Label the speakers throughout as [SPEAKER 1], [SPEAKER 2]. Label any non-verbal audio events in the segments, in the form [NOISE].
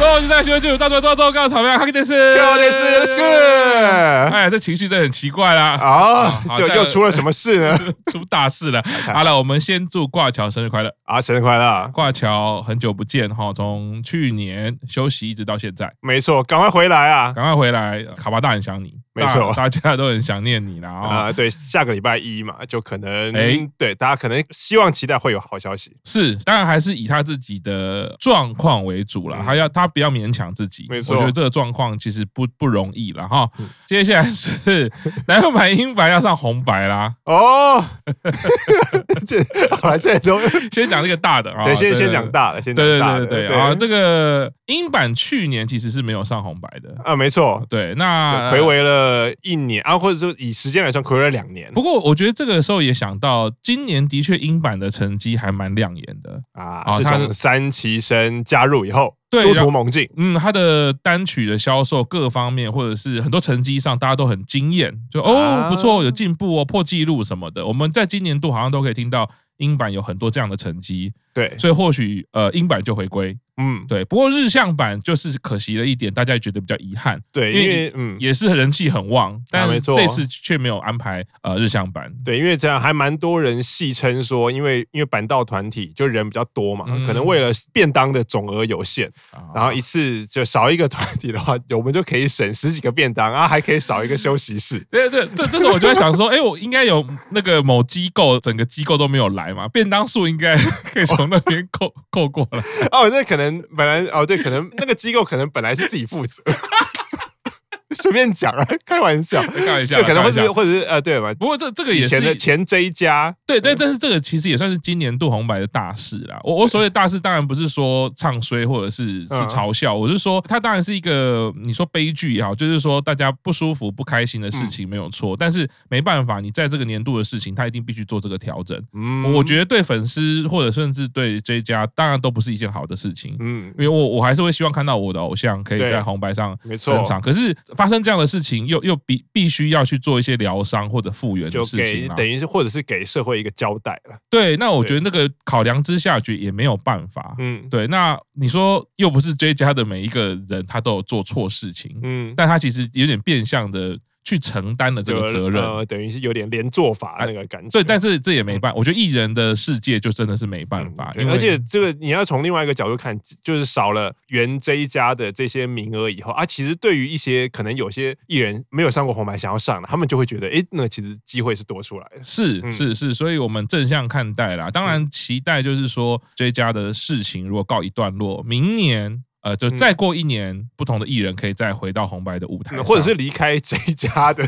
[SPEAKER 1] 哦，就在学就到处到处干草莓，看电视，
[SPEAKER 2] 教练是 Let's go
[SPEAKER 1] 哎，这情绪真的很奇怪啦，
[SPEAKER 2] 啊
[SPEAKER 1] 好，
[SPEAKER 2] 就
[SPEAKER 1] 再
[SPEAKER 2] 又出了什么事呢？
[SPEAKER 1] [LAUGHS] 出大事了。好了，我们先祝挂桥生日快乐。
[SPEAKER 2] 啊，生日快乐！
[SPEAKER 1] 挂桥很久不见哈，从去年休息一直到现在，
[SPEAKER 2] 没错，赶快回来啊！
[SPEAKER 1] 赶快回来，卡巴大很想你，
[SPEAKER 2] 没错
[SPEAKER 1] 大大家都很想念你啦啊、
[SPEAKER 2] 啊，对，下个礼拜一嘛，就可能
[SPEAKER 1] 哎
[SPEAKER 2] 对大家可能希望期待会有好消息。
[SPEAKER 1] 是，当然还是以他自己的状况为主啦，
[SPEAKER 2] 嗯
[SPEAKER 1] 他要他不要勉强自己，
[SPEAKER 2] 没错
[SPEAKER 1] 我觉得这个状况其实不不容易了哈。接下来是男友版英版要上红白啦， [LAUGHS]
[SPEAKER 2] 哦，这好了，这都
[SPEAKER 1] 先讲这个大的啊，
[SPEAKER 2] 对，先
[SPEAKER 1] 对
[SPEAKER 2] 先讲。大的，先
[SPEAKER 1] 对
[SPEAKER 2] 讲
[SPEAKER 1] 对
[SPEAKER 2] 大
[SPEAKER 1] 对
[SPEAKER 2] 的，
[SPEAKER 1] 对对啊，这个英版去年其实是没有上红白的，
[SPEAKER 2] 啊，没错，
[SPEAKER 1] 对，那
[SPEAKER 2] 暌违了一年啊，或者说以时间来算，暌违了两年
[SPEAKER 1] 不过我觉得这个时候也想到，今年的确英版的成绩还蛮亮眼的。
[SPEAKER 2] 啊
[SPEAKER 1] 啊。
[SPEAKER 2] 自
[SPEAKER 1] 他
[SPEAKER 2] 从三期生加入以后，
[SPEAKER 1] 对
[SPEAKER 2] 殊
[SPEAKER 1] 然
[SPEAKER 2] 途
[SPEAKER 1] 后
[SPEAKER 2] 猛进，
[SPEAKER 1] 嗯，他的单曲的销售各方面，或者是很多成绩上，大家都很惊艳，就哦
[SPEAKER 2] 啊
[SPEAKER 1] 不错，有进步哦，破纪录什么的。我们在今年度好像都可以听到英版有很多这样的成绩，
[SPEAKER 2] 对，
[SPEAKER 1] 所以或许呃英版就回归。
[SPEAKER 2] 嗯，
[SPEAKER 1] 对，不过日向版就是可惜了一点，大家也觉得比较遗憾，
[SPEAKER 2] 对，
[SPEAKER 1] 因为
[SPEAKER 2] 因为嗯。啊
[SPEAKER 1] 也是人气很旺，但
[SPEAKER 2] 没错
[SPEAKER 1] 这次却没有安排呃日向版。
[SPEAKER 2] 对，因为这样还蛮多人戏称说，因为因为板道团体就人比较多嘛，
[SPEAKER 1] 嗯啊
[SPEAKER 2] 可能为了便当的总额有限，然后一次就少一个团体的话，我们就可以省十几个便当啊，还可以少一个休息室。
[SPEAKER 1] 对对，这这时候我就在想说， [LAUGHS] 哎，我应该有那个某机构，整个机构都没有来嘛，便当数应该 [LAUGHS] 可以从那边扣扣过来。
[SPEAKER 2] 哦，那可能本来哦，对，可能那个机构可能本来是自己负责，随便讲啊，开玩笑，
[SPEAKER 1] 开玩笑
[SPEAKER 2] 就可能或
[SPEAKER 1] 开玩
[SPEAKER 2] 者
[SPEAKER 1] 笑
[SPEAKER 2] 或者是呃，对嘛，
[SPEAKER 1] 不过这这个也
[SPEAKER 2] 以
[SPEAKER 1] 是
[SPEAKER 2] 前的前这一家，
[SPEAKER 1] 对对，但是这个其实也算是今年度红白的大事啦。我我所谓的大事，当然不是说唱衰或者是是
[SPEAKER 2] 嗯
[SPEAKER 1] 嘲笑，我是说它当然是一个你说悲剧也好，就是说大家不舒服、不开心的
[SPEAKER 2] 嗯
[SPEAKER 1] 事情没有错，但是没办法，你在这个年度的事情，它一定必须做这个调整。
[SPEAKER 2] 嗯
[SPEAKER 1] 我觉得对粉丝或者甚至对这一家，当然都不是一件好的事情。
[SPEAKER 2] 嗯
[SPEAKER 1] 因为我我还是会希望看到我的偶像可以
[SPEAKER 2] 对
[SPEAKER 1] 在红白上
[SPEAKER 2] 没错
[SPEAKER 1] 登场，可是发生这样的事情，又又必必须要去做一些疗伤或者复原的
[SPEAKER 2] 就
[SPEAKER 1] 事情啊
[SPEAKER 2] 给
[SPEAKER 1] 啦。
[SPEAKER 2] 等于是或者是给社会一个交代了，
[SPEAKER 1] 对，那我觉得那个考量之下，觉得也没有办法。
[SPEAKER 2] 嗯
[SPEAKER 1] 对，那你说又不是 J 家的每一个人他都有做错事情，
[SPEAKER 2] 嗯，
[SPEAKER 1] 但他其实有点变相的去承担了这个
[SPEAKER 2] 就
[SPEAKER 1] 责任。哎
[SPEAKER 2] 呃等于是有点连坐法那个感觉，
[SPEAKER 1] 对，但是这也没办，我觉得艺人的世界就真的是没办法，
[SPEAKER 2] 嗯对
[SPEAKER 1] 因为
[SPEAKER 2] 嗯而且这个你要从另外一个角度看，就是少了原 J 家的这些名额以后啊，其实对于一些可能有些艺人没有上过红白想要上的，他们就会觉得，哎，那其实机会是多出来的。
[SPEAKER 1] 是
[SPEAKER 2] 嗯
[SPEAKER 1] 是是，所以我们正向看待啦。当然，期待就是说追加的事情如果告一段落，明年呃，
[SPEAKER 2] 嗯
[SPEAKER 1] 就再过一年，不同的艺人可以再回到红白的舞台
[SPEAKER 2] 那
[SPEAKER 1] 上，
[SPEAKER 2] 嗯或者是离开 J 家的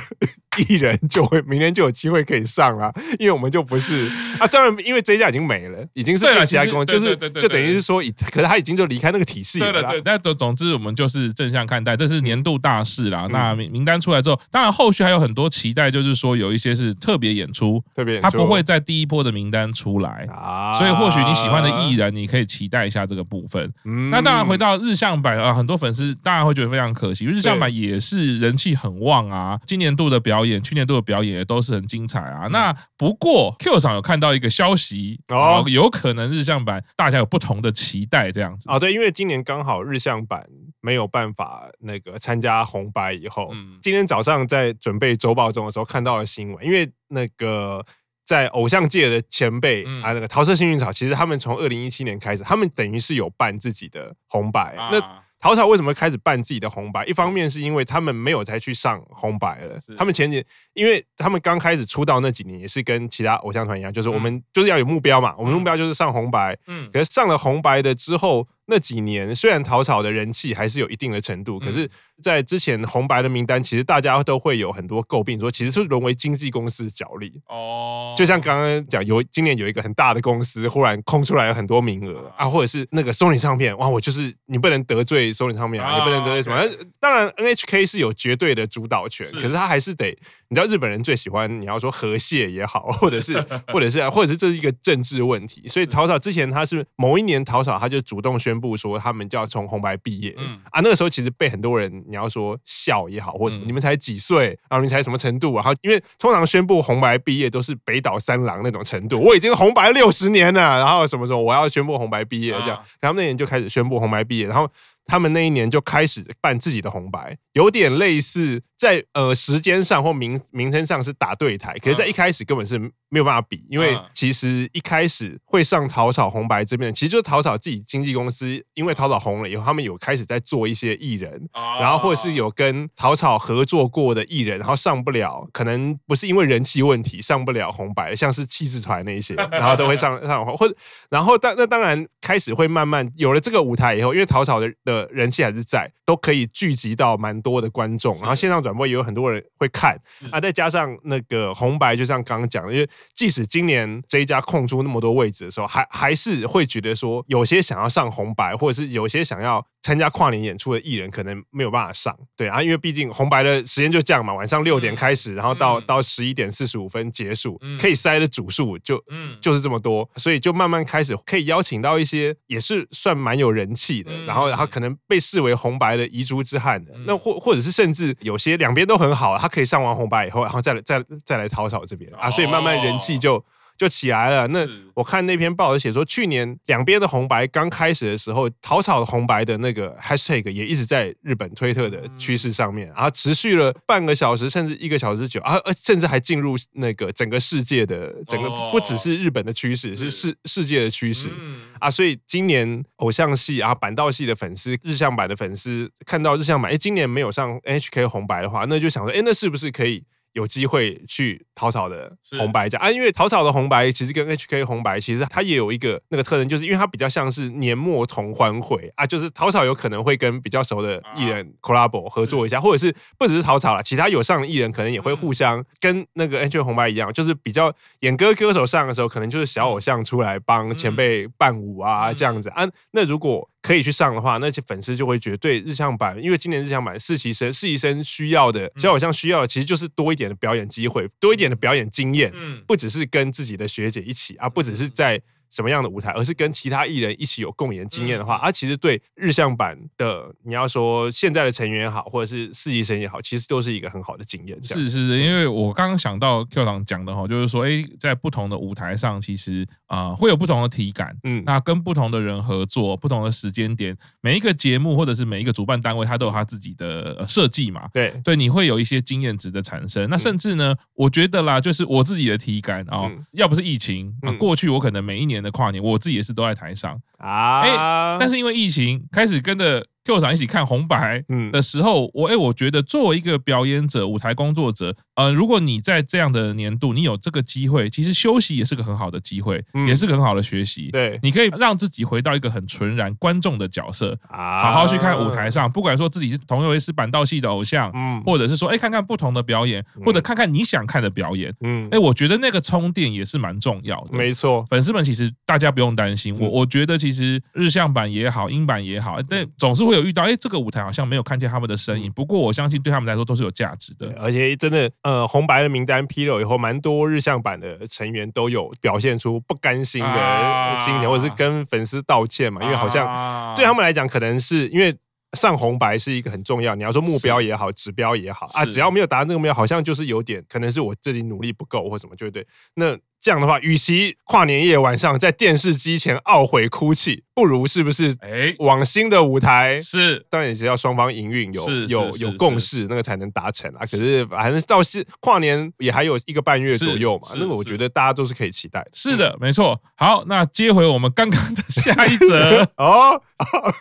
[SPEAKER 2] 艺人，就会明年就有机会可以上啦，因为我们就不是啊，当然因为 J 家已经没了，已经是
[SPEAKER 1] 对啦
[SPEAKER 2] 被其他
[SPEAKER 1] 其实
[SPEAKER 2] 公，
[SPEAKER 1] 对
[SPEAKER 2] 就
[SPEAKER 1] 对
[SPEAKER 2] 是
[SPEAKER 1] 对对
[SPEAKER 2] 就等于
[SPEAKER 1] 对
[SPEAKER 2] 是说已，可是他已经就离开那个体系
[SPEAKER 1] 对
[SPEAKER 2] 了
[SPEAKER 1] 了
[SPEAKER 2] 啦
[SPEAKER 1] 对，，那总总之我们就是正向看待，这是年度大事
[SPEAKER 2] 嗯
[SPEAKER 1] 啦。那名名单出来之后，当然后续还有很多期待，就是说有一些是特别演出，
[SPEAKER 2] 特别演
[SPEAKER 1] 它不
[SPEAKER 2] 出
[SPEAKER 1] 会在第一波的名单出来。
[SPEAKER 2] 啊
[SPEAKER 1] 所以或许你喜欢的艺，人，你可以期待一下这个部分。
[SPEAKER 2] 嗯
[SPEAKER 1] 那当然，回到日向版啊、呃很多粉丝当然会觉得非常可惜，因为日向版也是人气很旺啊，今年度的表演、去年度的表演也都是很精彩啊。那不过 Q 上有看到一个消息，
[SPEAKER 2] 嗯哦
[SPEAKER 1] 哦，有可能日向版大家有不同的期待这样子。
[SPEAKER 2] 啊，对，因为今年刚好日向版没有办法那个参加红白以后，
[SPEAKER 1] 嗯
[SPEAKER 2] 今天早上在准备周报中的时候看到了新闻，因为那个。在偶像界的前辈、
[SPEAKER 1] 嗯
[SPEAKER 2] 啊，那个桃色幸运草，其实他们从二零一七年开始，他们等于是有办自己的红白。
[SPEAKER 1] 啊
[SPEAKER 2] 那桃草为什么开始办自己的红白？一方面是因为他们没有再去上红白了
[SPEAKER 1] 是，
[SPEAKER 2] 他们前几，因为他们刚开始出道那几年也是跟其他偶像团一样，就是我们就是要有目标嘛，我们目标就是上红白，
[SPEAKER 1] 嗯，
[SPEAKER 2] 可是上了红白的之后，那几年虽然桃草的人气还是有一定的程度，可是在之前红白的名单，其实大家都会有很多诟病，说其实是沦为经纪公司的角力。
[SPEAKER 1] 哦，
[SPEAKER 2] 就像刚刚讲，有今年有一个很大的公司忽然空出来了很多名额
[SPEAKER 1] 嗯
[SPEAKER 2] 啊，或者是那个 Sony 唱片，哇，我就是你不能得罪 Sony 唱片啊，
[SPEAKER 1] 啊
[SPEAKER 2] 也不能得罪什么。
[SPEAKER 1] 对
[SPEAKER 2] 当然，NHK 是有绝对的主导权，
[SPEAKER 1] 是
[SPEAKER 2] 可是他还是得，你知道日本人最喜欢你要说和谐
[SPEAKER 1] [LAUGHS]
[SPEAKER 2] 也好，或者是或者是或者是这是一个政治问题，所
[SPEAKER 1] 是
[SPEAKER 2] 以陶嫂之前他是某一年陶嫂他就主动宣布说他们就要从红白毕业，
[SPEAKER 1] 嗯
[SPEAKER 2] 啊，那个时候其实被很多人你要说笑也好，或者什么，
[SPEAKER 1] 嗯
[SPEAKER 2] 你们才几岁，然后你们才什么程度，啊然后因为通常宣布红白毕业都是北岛三郎那种程度，我已经红白六十年了，然后什么时候我要宣布红白毕业这样
[SPEAKER 1] 啊，
[SPEAKER 2] 然后他们那年就开始宣布红白毕业，然后。他们那一年就开始办自己的红白，有点类似在呃时间上或名名称上是打对台，可是，在
[SPEAKER 1] 嗯
[SPEAKER 2] 一开始根本是没有办法比，因为
[SPEAKER 1] 嗯
[SPEAKER 2] 其实一开始会上桃草红白这边，其实就是桃草自己经纪公司，因为桃草红了以后，他们有开始在做一些艺人。
[SPEAKER 1] 哦啊
[SPEAKER 2] 然后或者是有跟草草合作过的艺人，然后上不了，可能不是因为人气问题上不了红白，像是气质团那一些，然后都会上 [LAUGHS] 上红，或者然后当那当然开始会慢慢有了这个舞台以后，因为草草的的人气还是在，都可以聚集到蛮多的观众，
[SPEAKER 1] 是
[SPEAKER 2] 然后线上转播也有很多人会看
[SPEAKER 1] 是
[SPEAKER 2] 啊，再加上那个红白，就像刚刚讲的，因为即使今年这一家空出那么多位置的时候，还还是会觉得说，有些想要上红白，或者是有些想要参加跨年演出的艺人，可能没有办法上。对啊，因为毕竟红白的时间就这样嘛，晚上六点
[SPEAKER 1] 嗯
[SPEAKER 2] 开始，然后到
[SPEAKER 1] 嗯
[SPEAKER 2] 到十一点四十五分结束
[SPEAKER 1] 嗯，
[SPEAKER 2] 可以塞的组数就
[SPEAKER 1] 嗯
[SPEAKER 2] 就是这么多，所以就慢慢开始可以邀请到一些也是算蛮有人气的，
[SPEAKER 1] 嗯
[SPEAKER 2] 然后然后可能被视为红白的遗珠之憾的，
[SPEAKER 1] 嗯
[SPEAKER 2] 那或或者是甚至有些两边都很好，他可以上完红白以后，然后再来再再来讨草这边啊，
[SPEAKER 1] 哦
[SPEAKER 2] 所以慢慢人气就。就起来了。那
[SPEAKER 1] 是
[SPEAKER 2] 我看那篇报道写说，去年两边的红白刚开始的时候，讨草的红白的那个 hashtag 也一直在日本推特的趋势上面，然后持续了半个小时甚至一个小时久，啊，呃甚至还进入那个整个世界的整个
[SPEAKER 1] 哦
[SPEAKER 2] 不只是日本的趋势，是
[SPEAKER 1] 是
[SPEAKER 2] 世世界的趋势。
[SPEAKER 1] 嗯
[SPEAKER 2] 啊，所以今年偶像系啊、板道系的粉丝、日向版的粉丝看到日向版，哎，今年没有上 HK 红白的话，那就想说，哎，那是不是可以有机会去桃草的
[SPEAKER 1] 是
[SPEAKER 2] 红白奖啊？因为桃草的红白其实跟 HK 红白其实它也有一个那个特征，就是因为它比较像是年末同欢会啊，就是桃草有可能会跟比较熟的
[SPEAKER 1] 啊
[SPEAKER 2] 艺人 collab 合作一下，或者是不只是桃草啦，其他有上的艺人可能也会
[SPEAKER 1] 嗯
[SPEAKER 2] 互相跟那个 HK 红白一样，就是比较演歌歌手上的时候，可能就是小偶像出来帮前
[SPEAKER 1] 嗯
[SPEAKER 2] 辈伴舞啊。
[SPEAKER 1] 嗯
[SPEAKER 2] 啊这样子啊。那如果可以去上的话，那些粉丝就会觉得对日向版，因为今年日向版实习生实习生需要
[SPEAKER 1] 嗯
[SPEAKER 2] 的小偶像需要的，其实就是多一点的表演机会，多一点的表演经验，
[SPEAKER 1] 嗯
[SPEAKER 2] 不只是跟自己的学姐一起啊，不只是在。什么样的舞台，而是跟其他艺人一起有共演经验的话，
[SPEAKER 1] 嗯
[SPEAKER 2] 啊，其实对日向版的你要说现在的成员也好，或者是实习生也好，其实都是一个很好的经验。这样
[SPEAKER 1] 是是是，因为我刚刚想到 Q 党讲的哈，就是说，哎，在不同的舞台上，其实啊、呃会有不同的体感。
[SPEAKER 2] 嗯，
[SPEAKER 1] 那跟不同的人合作，不同的时间点，每一个节目或者是每一个主办单位，它都有它自己的呃设计嘛。
[SPEAKER 2] 对，
[SPEAKER 1] 对，你会有一些经验值的产生。那甚至呢，我觉得啦，就是我自己的体感啊、
[SPEAKER 2] 嗯
[SPEAKER 1] 要不是疫情啊，
[SPEAKER 2] 嗯
[SPEAKER 1] 过去我可能每一年的跨年，我自己也是都在台上。
[SPEAKER 2] 啊，
[SPEAKER 1] 哎但是因为疫情开始跟着 Q 厂一起看红白
[SPEAKER 2] 嗯
[SPEAKER 1] 的时候，我哎、我觉得作为一个表演者、舞台工作者，呃，如果你在这样的年度，你有这个机会，其实休息也是个很好的机会，
[SPEAKER 2] 嗯
[SPEAKER 1] 也是个很好的学习。
[SPEAKER 2] 对，
[SPEAKER 1] 你可以让自己回到一个很纯然观众的角色，
[SPEAKER 2] 好
[SPEAKER 1] 好好去看舞台，上，不管说自己是同为是板道系的偶像，
[SPEAKER 2] 嗯
[SPEAKER 1] 或者是说哎、看看不同的表演，或者看看你想看的表演，
[SPEAKER 2] 嗯
[SPEAKER 1] 哎、，我觉得那个充电也是蛮重要的。
[SPEAKER 2] 没错，
[SPEAKER 1] 粉丝们其实大家不用担心，我
[SPEAKER 2] 嗯
[SPEAKER 1] 我觉得其实日向版也好，英版也好，但总是会有遇到，哎，这个舞台好像没有看见他们的身
[SPEAKER 2] 嗯
[SPEAKER 1] 影。不过我相信对他们来说都是有价值的。
[SPEAKER 2] 而且真的，呃，红白的名单披露以后，蛮多日向版的成员都有表现出不甘心的
[SPEAKER 1] 啊
[SPEAKER 2] 心情，或者是跟粉丝道歉嘛，因为好像
[SPEAKER 1] 像
[SPEAKER 2] 对他们来讲，可能是因为。上红白是一个很重要，你要说目
[SPEAKER 1] 是
[SPEAKER 2] 标也好，指标也好啊，
[SPEAKER 1] 是
[SPEAKER 2] 只要没有达到这个目标，好像就是有点，可能是我自己努力不够或什么，就会对。那这样的话，与其跨年夜晚上在电视机前懊悔哭泣，不如是不是
[SPEAKER 1] 哎
[SPEAKER 2] 往新的舞台
[SPEAKER 1] 是
[SPEAKER 2] 当然也是要双方营运有
[SPEAKER 1] 是是
[SPEAKER 2] 有
[SPEAKER 1] 是
[SPEAKER 2] 有
[SPEAKER 1] 是
[SPEAKER 2] 共识，那个才能达成啊。可是反正到是跨年也还有一个半月左右嘛，
[SPEAKER 1] 是是
[SPEAKER 2] 那个我
[SPEAKER 1] 是
[SPEAKER 2] 觉得大家都是可以期待。
[SPEAKER 1] 是的，没错。
[SPEAKER 2] [LAUGHS]。
[SPEAKER 1] 好，那接回我们刚刚的下一则
[SPEAKER 2] 哦，嗯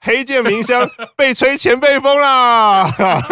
[SPEAKER 2] 黑剑鸣香被吹前辈风啦！ [LAUGHS]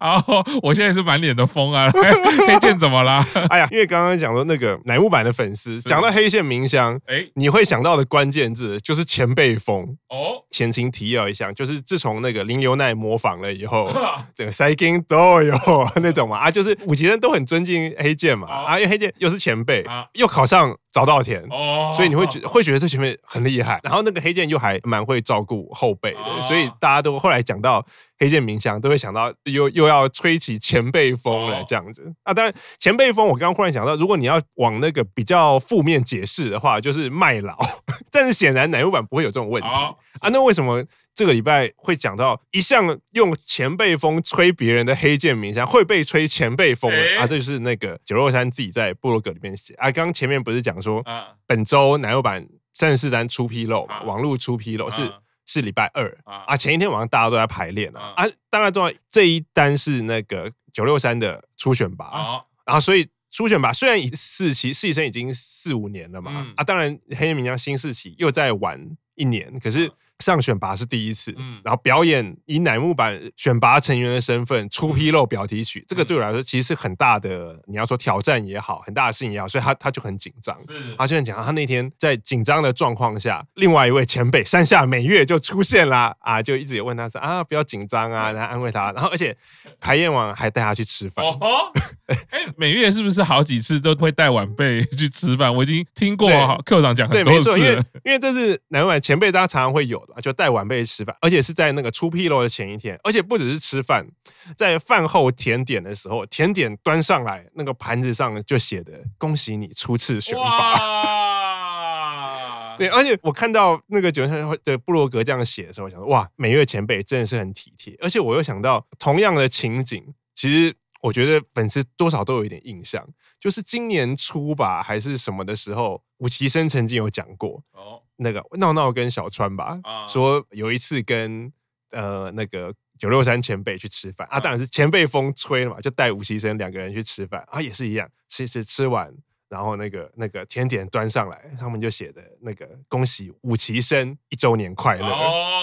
[SPEAKER 1] 然后我现在是满脸的风啊，黑剑怎么
[SPEAKER 2] [LAUGHS]
[SPEAKER 1] 啦？
[SPEAKER 2] 哎呀，因为刚刚讲说那个乃木坂的粉丝，讲到黑线鸣香，
[SPEAKER 1] 哎，
[SPEAKER 2] 你会想到的关键字就是前辈风。
[SPEAKER 1] 哦，
[SPEAKER 2] 前情提要一下，就是自从那个林流奈模仿了以后，整个塞金都有 [LAUGHS] 那种嘛啊，就是五级人都很尊敬黑剑嘛
[SPEAKER 1] 好
[SPEAKER 2] 啊，因为黑剑又是前辈
[SPEAKER 1] 啊，
[SPEAKER 2] 又考上早稻田。
[SPEAKER 1] 哦，
[SPEAKER 2] 所以你会觉会觉得这前辈很厉害，然后那个黑剑又还蛮会照顾后辈
[SPEAKER 1] 哦
[SPEAKER 2] 的，所以大家都后来讲到黑剑冥想，都会想到又又要吹起前辈风了
[SPEAKER 1] 哦
[SPEAKER 2] 这样子。啊，当然前辈风，我刚刚忽然想到，如果你要往那个比较负面解释的话，就是卖老， [LAUGHS] 但是显然乃木坂不会有这种问题
[SPEAKER 1] 哦
[SPEAKER 2] 啊。那为什么？这个礼拜会讲到一向用前辈风吹别人的黑剑冥想会被吹前辈风了
[SPEAKER 1] 诶
[SPEAKER 2] 啊，这就是那个九若山自己在部落格里面写啊。刚刚前面不是讲说
[SPEAKER 1] 啊
[SPEAKER 2] 本周奶油版三十四单出纰漏嘛，
[SPEAKER 1] 啊
[SPEAKER 2] 网络出纰漏哦是、
[SPEAKER 1] 啊
[SPEAKER 2] 是礼拜二
[SPEAKER 1] 啊
[SPEAKER 2] 啊，前一天晚上大家都在排练啊
[SPEAKER 1] 啊
[SPEAKER 2] 啊，当然重要这一单是那个九六三的初选拔，
[SPEAKER 1] 哦，
[SPEAKER 2] 然啊后所以初选拔虽然以四期实习生已经四五年了嘛，
[SPEAKER 1] 嗯
[SPEAKER 2] 啊，当然黑夜明亮新四期又再晚一年，可是上选拔是第一次，
[SPEAKER 1] 嗯
[SPEAKER 2] 然后表演以乃木坂选拔成员的身份出纰漏表题曲，这个
[SPEAKER 1] 嗯
[SPEAKER 2] 对我来说其实是很大的，你要说挑战也好，很大的事情也好，所以他他就很紧张。
[SPEAKER 1] 是
[SPEAKER 2] 他居然讲，他那天在紧张的状况下，另外一位前辈山下美月就出现啦，啊，就一直也问他说啊，不要紧张啊，然后安慰他，然后而且排练完还带他去吃饭，
[SPEAKER 1] 嗯哦
[SPEAKER 2] [LAUGHS]
[SPEAKER 1] 吼，哎，每月是不是好几次都会带晚辈去吃饭？我已经听过
[SPEAKER 2] 对
[SPEAKER 1] Q 长讲
[SPEAKER 2] [LAUGHS] 对，
[SPEAKER 1] 很
[SPEAKER 2] 没
[SPEAKER 1] 多
[SPEAKER 2] 错，
[SPEAKER 1] 次
[SPEAKER 2] 因为
[SPEAKER 1] 了。
[SPEAKER 2] 因为这是南晚前辈，大家常常会有的，就带晚辈吃饭，而且是在那个出纰漏的前一天，而且不只是吃饭，在饭后甜点的时候，甜点端上来，那个盘子上就写的“恭喜你初次选拔”。
[SPEAKER 1] 哇
[SPEAKER 2] 对，而且我看到那个九天的布洛格这样写的时候，我想说哇，每月前辈真的是很体贴，而且我又想到同样的情景，其实我觉得粉丝多少都有一点印象，就是今年初吧还是什么的时候，武崎生曾经有讲过，
[SPEAKER 1] 哦
[SPEAKER 2] 那个闹闹跟小川吧，
[SPEAKER 1] 啊
[SPEAKER 2] 说有一次跟呃那个九六三前辈去吃饭啊，
[SPEAKER 1] 啊
[SPEAKER 2] 当然是前辈风吹了嘛，就带吴奇生两个人去吃饭啊，也是一样，吃一吃吃完，然后那个那个甜点端上来，上面就写的那个恭喜武奇生一周年快乐。
[SPEAKER 1] 哦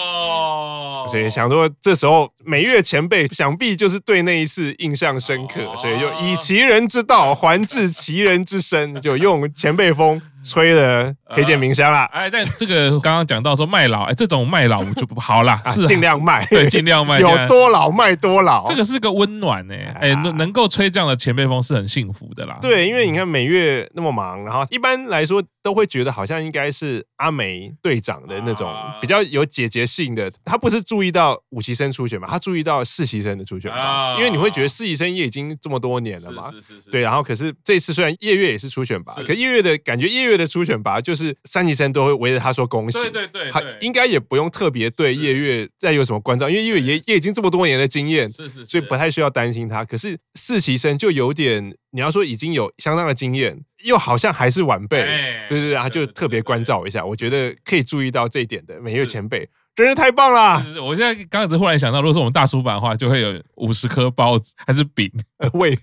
[SPEAKER 2] 所以想说，这时候每月前辈想必就是对那一次印象深刻，所以就以其人之道还治其人之身，就用前辈风吹了黑剑鸣香啦。
[SPEAKER 1] 哎，但这个刚刚讲到说卖老，哎，这种卖老我就不好啦，
[SPEAKER 2] 啊
[SPEAKER 1] 是啊
[SPEAKER 2] 尽量卖，
[SPEAKER 1] [LAUGHS] 对，尽量卖。尽
[SPEAKER 2] 有
[SPEAKER 1] 量
[SPEAKER 2] 多老卖多老。
[SPEAKER 1] 这个是个温暖呢、哎、
[SPEAKER 2] 啊
[SPEAKER 1] 能能够吹这样的前辈风是很幸福的啦。
[SPEAKER 2] 对，因为你看每月那么忙，然后一般来说都会觉得好像应该是阿梅队长的那种
[SPEAKER 1] 啊
[SPEAKER 2] 比较有姐姐性的，他不是注意到五期生初选嘛，他注意到实习生的初选嘛，
[SPEAKER 1] 啊
[SPEAKER 2] 因为你会觉得实习生也已经这么多年了嘛。
[SPEAKER 1] 是是是
[SPEAKER 2] 对，，啊然后可是这次虽然夜月也是初选拔，
[SPEAKER 1] 是
[SPEAKER 2] 可夜月的感觉，夜月的初选拔就是三级生都会围着他说恭喜，
[SPEAKER 1] 对对对，
[SPEAKER 2] 他
[SPEAKER 1] 对
[SPEAKER 2] 应该也不用特别对
[SPEAKER 1] 是
[SPEAKER 2] 夜月再有什么关照，因为夜月也也已经这么多年的经验，
[SPEAKER 1] 是是，
[SPEAKER 2] 所以不
[SPEAKER 1] 太
[SPEAKER 2] 太需要担心他。可是四期生就有点，你要说已经有相当的经验，又好像还是晚辈，
[SPEAKER 1] 哎
[SPEAKER 2] 对对对，他就
[SPEAKER 1] 对对
[SPEAKER 2] 特别关照一下。我觉得可以注意到这一点的每月
[SPEAKER 1] 是
[SPEAKER 2] 前辈，真是太棒啦！
[SPEAKER 1] 是是，我现在刚刚只是忽然想到，如果是我们大叔版的话，就会有五十颗包子还是
[SPEAKER 2] [LAUGHS]
[SPEAKER 1] 饼，
[SPEAKER 2] 喂，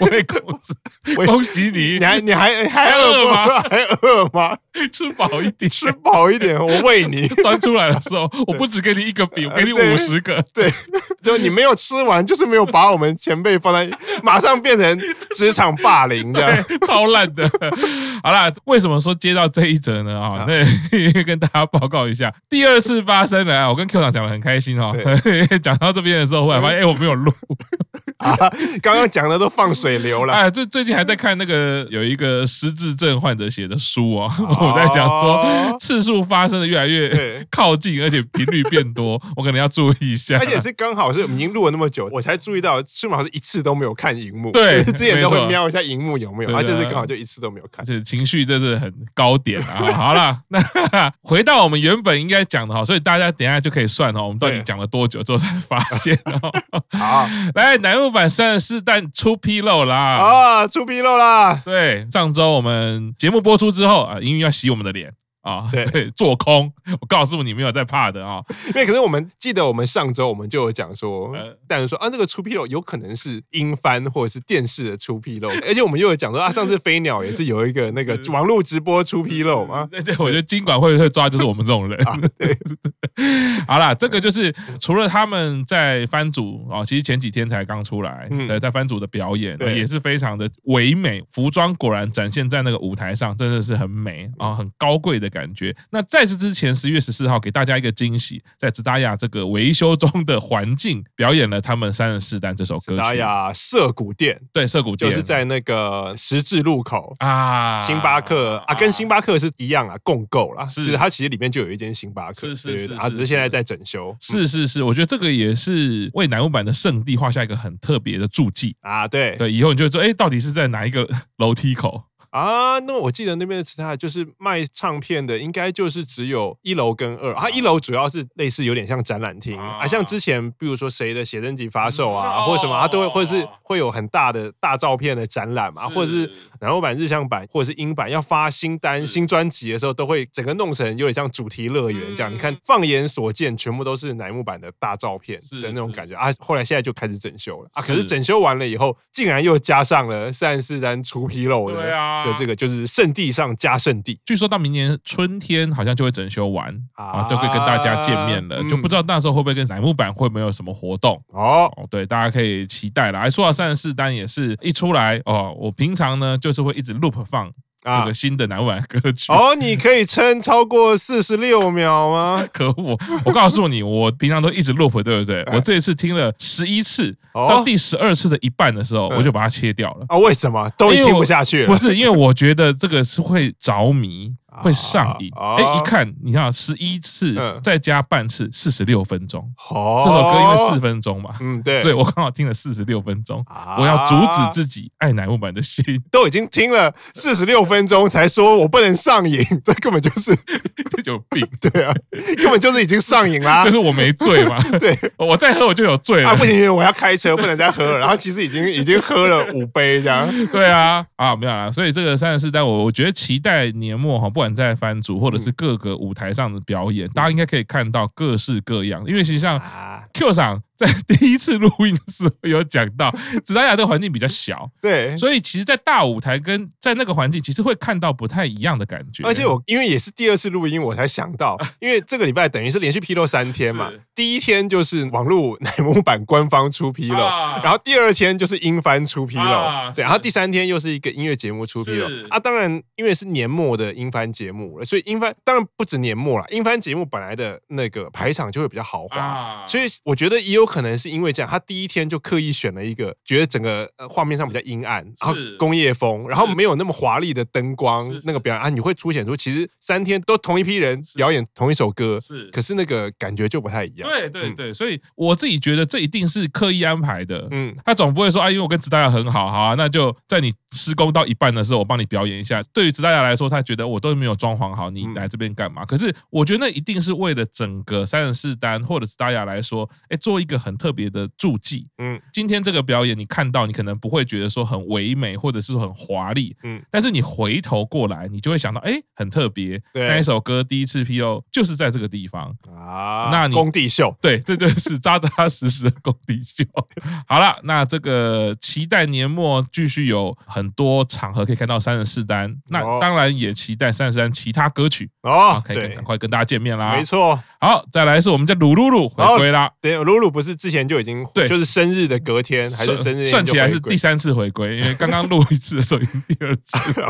[SPEAKER 1] 我也恭喜
[SPEAKER 2] 喂
[SPEAKER 1] 恭喜你
[SPEAKER 2] 你，还你
[SPEAKER 1] [LAUGHS]
[SPEAKER 2] 还还
[SPEAKER 1] 饿
[SPEAKER 2] 饿吗？
[SPEAKER 1] 吗
[SPEAKER 2] 还饿吗？
[SPEAKER 1] 吃饱一点。
[SPEAKER 2] 吃饱一点，我喂
[SPEAKER 1] [LAUGHS]
[SPEAKER 2] 你。
[SPEAKER 1] 端出来的时候，我不只给你一个饼，我给你
[SPEAKER 2] 哎对
[SPEAKER 1] 五十个。
[SPEAKER 2] 对，就你没有吃完，就是没有把我们前辈放在，马上变成职场霸凌这样。
[SPEAKER 1] 对，超烂的。好啦，为什么说接到这一则呢？啊、
[SPEAKER 2] 啊
[SPEAKER 1] 那 [LAUGHS] 跟大家报告一下，第二次发生了啊。我跟 Q 长讲的很开心哦， [LAUGHS] 讲到这边的时候，忽然发现，哎、我没有录。
[SPEAKER 2] 啊，刚刚讲的都放水流了。
[SPEAKER 1] 哎，最最近还在看那个有一个失智症患者写的书
[SPEAKER 2] [LAUGHS]
[SPEAKER 1] 哦， [LAUGHS]
[SPEAKER 2] 哦
[SPEAKER 1] 我在讲说次数发生的越来越
[SPEAKER 2] 对
[SPEAKER 1] 靠近，而且频率变
[SPEAKER 2] [LAUGHS]
[SPEAKER 1] 多，我可能要注意一下。
[SPEAKER 2] 而且是刚好是我们已经录了那么久，我才注意到赤马老师一次都没有看荧幕，
[SPEAKER 1] 对
[SPEAKER 2] [LAUGHS] 就是之前都
[SPEAKER 1] 没
[SPEAKER 2] 会
[SPEAKER 1] 错
[SPEAKER 2] 瞄一下荧幕有没有，
[SPEAKER 1] 对
[SPEAKER 2] 而
[SPEAKER 1] 对
[SPEAKER 2] 这次刚好就一次都没有看
[SPEAKER 1] 而。且情绪真是很高点
[SPEAKER 2] [LAUGHS]
[SPEAKER 1] 啊！好啦，那 [LAUGHS] 回到我们原本应该讲的哈，所以大家等一下就可以算哦，我们到底
[SPEAKER 2] 对
[SPEAKER 1] 讲了多久之后才发现哦。 [LAUGHS]
[SPEAKER 2] 好
[SPEAKER 1] 来，南木版三十四弹出纰漏啦！
[SPEAKER 2] 哦啊，出纰漏啦！
[SPEAKER 1] 对，上周我们节目播出之后啊，英语要洗我们的脸。啊，[LAUGHS]
[SPEAKER 2] 对
[SPEAKER 1] 对，做空，我告诉你没有在怕的啊，
[SPEAKER 2] 因为可是我们记得我们上周我们就有讲说
[SPEAKER 1] 呃，
[SPEAKER 2] 但是说啊，这个出纰漏有可能是英翻或者是电视的出
[SPEAKER 1] [LAUGHS]
[SPEAKER 2] 纰漏，而且我们又有讲说啊，上次飞鸟也是有一个那个
[SPEAKER 1] 是
[SPEAKER 2] 网络直播出纰漏
[SPEAKER 1] [LAUGHS]
[SPEAKER 2] 嘛，
[SPEAKER 1] 对对，我觉得金管会会抓就是我们这种人。
[SPEAKER 2] 啊
[SPEAKER 1] [LAUGHS] 好啦，这个就是除了他们在番组啊、哦，其实前几天才刚出来，
[SPEAKER 2] 嗯
[SPEAKER 1] 对，在番组的表演、
[SPEAKER 2] 对
[SPEAKER 1] 也是非常的唯美，服装果然展现在那个舞台上，真的是很美啊、很高贵的感觉。那在这之前，十月十四号给大家一个惊喜，在直达亚这个维修中的环境表演了他们《三十四单》这首歌曲，
[SPEAKER 2] 达雅涩谷店
[SPEAKER 1] 对涩谷店
[SPEAKER 2] 就是在那个十字路口。
[SPEAKER 1] 啊，
[SPEAKER 2] 星巴克啊，跟星巴克是一样啊，共购啦，
[SPEAKER 1] 是
[SPEAKER 2] 就是它其实里面就有一间星巴克，
[SPEAKER 1] 是是
[SPEAKER 2] 对
[SPEAKER 1] 是
[SPEAKER 2] 对
[SPEAKER 1] 是
[SPEAKER 2] 啊，只是现在在整修嗯
[SPEAKER 1] 是是是，我觉得这个也是为南无版的圣地画下一个很特别的注记。
[SPEAKER 2] 啊，对
[SPEAKER 1] 对，以后你就会说，哎，到底是在哪一个 [LAUGHS] 楼梯口？
[SPEAKER 2] 啊，那我记得那边的其他就是卖唱片的，应该就是只有一楼跟二，啊它一楼主要是类似有点像展览厅
[SPEAKER 1] 啊
[SPEAKER 2] 啊，像之前比如说谁的写真集发售啊，
[SPEAKER 1] 嗯
[SPEAKER 2] 或者什么，它都会或者是
[SPEAKER 1] 哦
[SPEAKER 2] 会有很大的大照片的展览嘛，
[SPEAKER 1] 是
[SPEAKER 2] 啊或者是然后版、日向版或者是英版要发新单、
[SPEAKER 1] 是
[SPEAKER 2] 新专辑的时候，都会整个弄成有点像主题乐园这样。
[SPEAKER 1] 嗯
[SPEAKER 2] 你看，放眼所见，全部都是乃木坂的大照片
[SPEAKER 1] 是
[SPEAKER 2] 的那种
[SPEAKER 1] 是
[SPEAKER 2] 感觉啊。后来现在就开始整修了啊，可
[SPEAKER 1] 是
[SPEAKER 2] 是整修完了以后，竟然又加上了三十四单出纰漏的
[SPEAKER 1] 对啊
[SPEAKER 2] 的这个就是圣地上加圣地。
[SPEAKER 1] 据说到明年春天好像就会整修完啊，
[SPEAKER 2] 啊
[SPEAKER 1] 就会跟大家见面了，
[SPEAKER 2] 嗯
[SPEAKER 1] 就不知道那时候会不会跟乃木坂会没有什么活动。
[SPEAKER 2] 哦，
[SPEAKER 1] 哦，对，大家可以期待啦。哎，说到三十四单也是一出来哦，我平常呢就是会一直 loop 放
[SPEAKER 2] 啊
[SPEAKER 1] 这个新的南无版歌曲。
[SPEAKER 2] 哦，你可以撑超过四十六秒吗？
[SPEAKER 1] 可恶！我告诉你，我平常都一直 loop，对不
[SPEAKER 2] [LAUGHS]
[SPEAKER 1] 对？
[SPEAKER 2] 哎
[SPEAKER 1] 我这一次听了十一次，
[SPEAKER 2] 哦
[SPEAKER 1] 到第十二次的一半的时候，
[SPEAKER 2] 嗯
[SPEAKER 1] 我就把它切掉了。
[SPEAKER 2] 啊，为什么都
[SPEAKER 1] 因
[SPEAKER 2] 已经
[SPEAKER 1] 为
[SPEAKER 2] 听
[SPEAKER 1] 我
[SPEAKER 2] 不下去了？
[SPEAKER 1] 哎不是因为我觉得这个是会着迷，会上瘾。
[SPEAKER 2] 啊
[SPEAKER 1] 哎，一看，你看十一次
[SPEAKER 2] 嗯
[SPEAKER 1] 再加半次，四十六分钟。
[SPEAKER 2] 哦，
[SPEAKER 1] 这首歌因为四分钟嘛，
[SPEAKER 2] 嗯对，
[SPEAKER 1] 所以我刚好听了四十六分钟。
[SPEAKER 2] 啊
[SPEAKER 1] 我要阻止自己爱乃木坂的心， [LAUGHS]
[SPEAKER 2] 都已经听了四十六分钟，才说我不能上瘾， [LAUGHS] 这根本就是
[SPEAKER 1] 有
[SPEAKER 2] [LAUGHS]
[SPEAKER 1] 病，
[SPEAKER 2] 对啊，根本就是已经上瘾
[SPEAKER 1] [LAUGHS]
[SPEAKER 2] 啦
[SPEAKER 1] 就。是我没醉嘛。
[SPEAKER 2] 对，
[SPEAKER 1] 我再喝我就有醉了
[SPEAKER 2] 啊，。不行，我要开车，不能再喝了。然后其实已经已经喝了五杯
[SPEAKER 1] [LAUGHS]
[SPEAKER 2] 这样。
[SPEAKER 1] 对啊，啊没有啦，所以这个三十四单，我我觉得期待年末哈，不管在番组或者是各个舞台上的表
[SPEAKER 2] 嗯
[SPEAKER 1] 演，大家应该可以看到各式各样的。因为其实像
[SPEAKER 2] 啊，
[SPEAKER 1] Q 上在第一次录音的时候有讲到， [LAUGHS] 紫丹雅这个环境比较小，
[SPEAKER 2] 对。
[SPEAKER 1] 所以其实，在大舞台跟在那个环境，其实会看到不太一样的感觉。
[SPEAKER 2] 而且我因为也是第二次录音，我才想
[SPEAKER 1] [LAUGHS]
[SPEAKER 2] 到，因为这个礼拜等于是连续披露三天嘛
[SPEAKER 1] 是，
[SPEAKER 2] 第一天就是网络乃木坂官方出披露，
[SPEAKER 1] 啊
[SPEAKER 2] 然后第二天就是英翻出披
[SPEAKER 1] 啊
[SPEAKER 2] 露，
[SPEAKER 1] 是
[SPEAKER 2] 对，然后第三天又是一个音乐节目出披露
[SPEAKER 1] 是
[SPEAKER 2] 啊。当然，因为是年末的英翻节目了，所以英翻当然不止年末啦，英翻节目本来的那个排场就会比较豪华。
[SPEAKER 1] 啊
[SPEAKER 2] 所以我觉得也有可能是因为这样，他第一天就刻意选了一个觉得整个呃画面上比较阴暗，然后工业风，然后没有那么华丽的灯光
[SPEAKER 1] 是是，
[SPEAKER 2] 那个表演啊，你会凸显出其实三天都同一批人表演同一首歌，
[SPEAKER 1] 是
[SPEAKER 2] 可是那个感觉就不太一样。
[SPEAKER 1] 对对
[SPEAKER 2] 嗯
[SPEAKER 1] 对，所以我自己觉得这一定是刻意安排的。
[SPEAKER 2] 嗯，
[SPEAKER 1] 他总不会说啊，因为我跟子大雅很好，好啊，那就在你施工到一半的时候，我帮你表演一下。对于子大雅来说，他觉得我都没有装潢好，你
[SPEAKER 2] 嗯
[SPEAKER 1] 来这边干嘛？可是我觉得那一定是为了整个三十四单或者子大雅来说，哎，做一个很特别的注记。
[SPEAKER 2] 嗯，
[SPEAKER 1] 今天这个表演你看到，你可能不会觉得说很唯美，或者是说很华丽，
[SPEAKER 2] 嗯，
[SPEAKER 1] 但是你回头过来，你就会想到，哎，很特别。
[SPEAKER 2] 对
[SPEAKER 1] 那一首歌第一次 PO 就是在这个地方。
[SPEAKER 2] 啊，
[SPEAKER 1] 那你
[SPEAKER 2] 工地秀
[SPEAKER 1] 对，这就是扎扎实实的工地秀。好了，那这个期待年末继续有很多场合可以看到三十四单，那
[SPEAKER 2] 哦
[SPEAKER 1] 当然也期待三十三其他歌曲啊，
[SPEAKER 2] 哦，
[SPEAKER 1] 可以跟
[SPEAKER 2] 对
[SPEAKER 1] 赶，快跟大家见面啦。
[SPEAKER 2] 没，错，
[SPEAKER 1] 好，再来是我们家鲁鲁鲁回归啦，
[SPEAKER 2] 对，露露不是之前就已经
[SPEAKER 1] 对
[SPEAKER 2] 就是生日的隔天还是
[SPEAKER 1] 算
[SPEAKER 2] 生日
[SPEAKER 1] 算起来是
[SPEAKER 2] 就回归
[SPEAKER 1] 第三次回归，因为刚刚录一次的时候已经第二
[SPEAKER 2] [LAUGHS]
[SPEAKER 1] 次